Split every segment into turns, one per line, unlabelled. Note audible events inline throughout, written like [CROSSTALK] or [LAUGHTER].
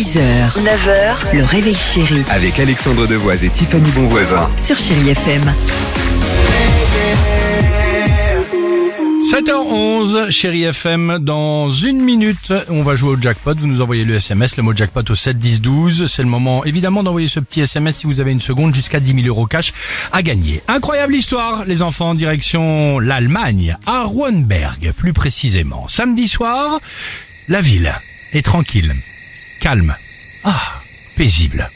6h, 9h, le réveil chéri
Avec Alexandre Devoise et Tiffany Bonvoisin.
sur Chérie FM.
7h11, chérie FM, dans une minute, on va jouer au jackpot. Vous nous envoyez le SMS, le mot jackpot au 7 10 12. C'est le moment, évidemment, d'envoyer ce petit SMS si vous avez une seconde, jusqu'à 10 000 euros cash à gagner. Incroyable histoire, les enfants, direction l'Allemagne, à Rouenberg, plus précisément. Samedi soir, la ville est tranquille, calme, ah, paisible.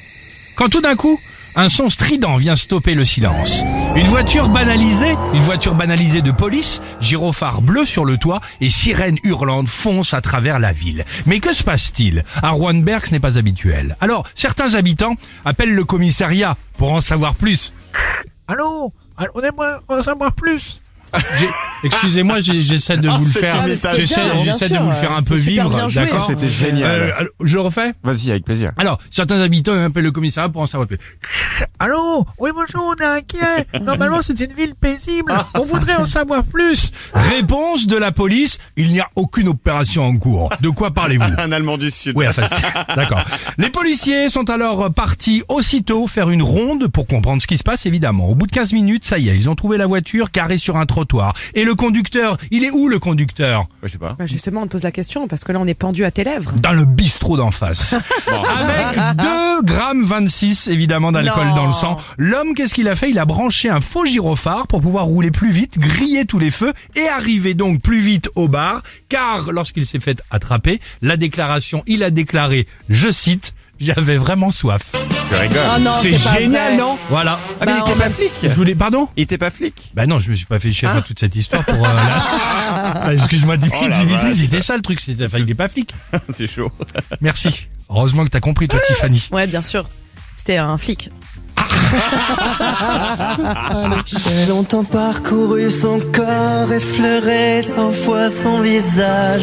Quand tout d'un coup, un son strident vient stopper le silence. Une voiture banalisée, une voiture banalisée de police, gyrophare bleu sur le toit et sirène hurlante fonce à travers la ville. Mais que se passe-t-il À Rouenberg, ce n'est pas habituel. Alors, certains habitants appellent le commissariat pour en savoir plus.
Allô Allô, on aimerait en savoir plus.
J'ai- Excusez-moi, j'ai- j'essaie de vous le faire.
Ah, mais c'était
J'essaie
bien, bien
j'essaie de
sûr, euh,
vous le faire un peu
c'était super
vivre,
bien joué. hein.
d'accord
C'était
Euh,
génial.
alors, Je le refais
Vas-y, avec plaisir.
Alors, certains habitants appellent le commissariat pour en savoir plus.
Allô Oui, bonjour, on est inquiet. Normalement, c'est une ville paisible. On voudrait en savoir plus.
Réponse de la police, il n'y a aucune opération en cours. De quoi
[LAUGHS]
parlez-vous
Un Allemand du Sud.
Oui, enfin, c'est- d'accord. Les policiers sont alors partis aussitôt faire une ronde pour comprendre ce qui se passe, évidemment. Au bout de 15 minutes, ça y est, ils ont trouvé la voiture carrée sur un trottoir. Et le conducteur, il est où le conducteur
Ouais, je sais pas.
Bah, justement, on te pose la question parce que là, on est pendu à tes lèvres.
Dans le bistrot d'en
[LAUGHS]
face. Avec 2 grammes 26, évidemment, d'alcool
Non.
dans le sang. L'homme, qu'est-ce qu'il a fait Il a branché un faux gyrophare pour pouvoir rouler plus vite, griller tous les feux et arriver donc plus vite au bar. Car lorsqu'il s'est fait attraper, la déclaration, il a déclaré, je cite, j'avais vraiment soif.
Je rigole.
Ah non,
C'est
pas
génial,
vrai.
non Voilà.
Ah, mais
Bah,
il
en
était pas flic
Je voulais, pardon
Il était pas flic
Bah non, je me suis pas fait chier moi toute cette histoire pour. euh, la-
[LAUGHS]
Ah, Excuse-moi, Dimitri,
Ah. Oh la
Dimitri,
vache.
c'était ça le truc, c'était enfin, il est pas flic.
C'est chaud.
Merci. Heureusement que t'as compris, toi, Tiffany.
Ouais, bien sûr. C'était un flic.
J'ai longtemps parcouru son corps, effleuré cent fois son visage.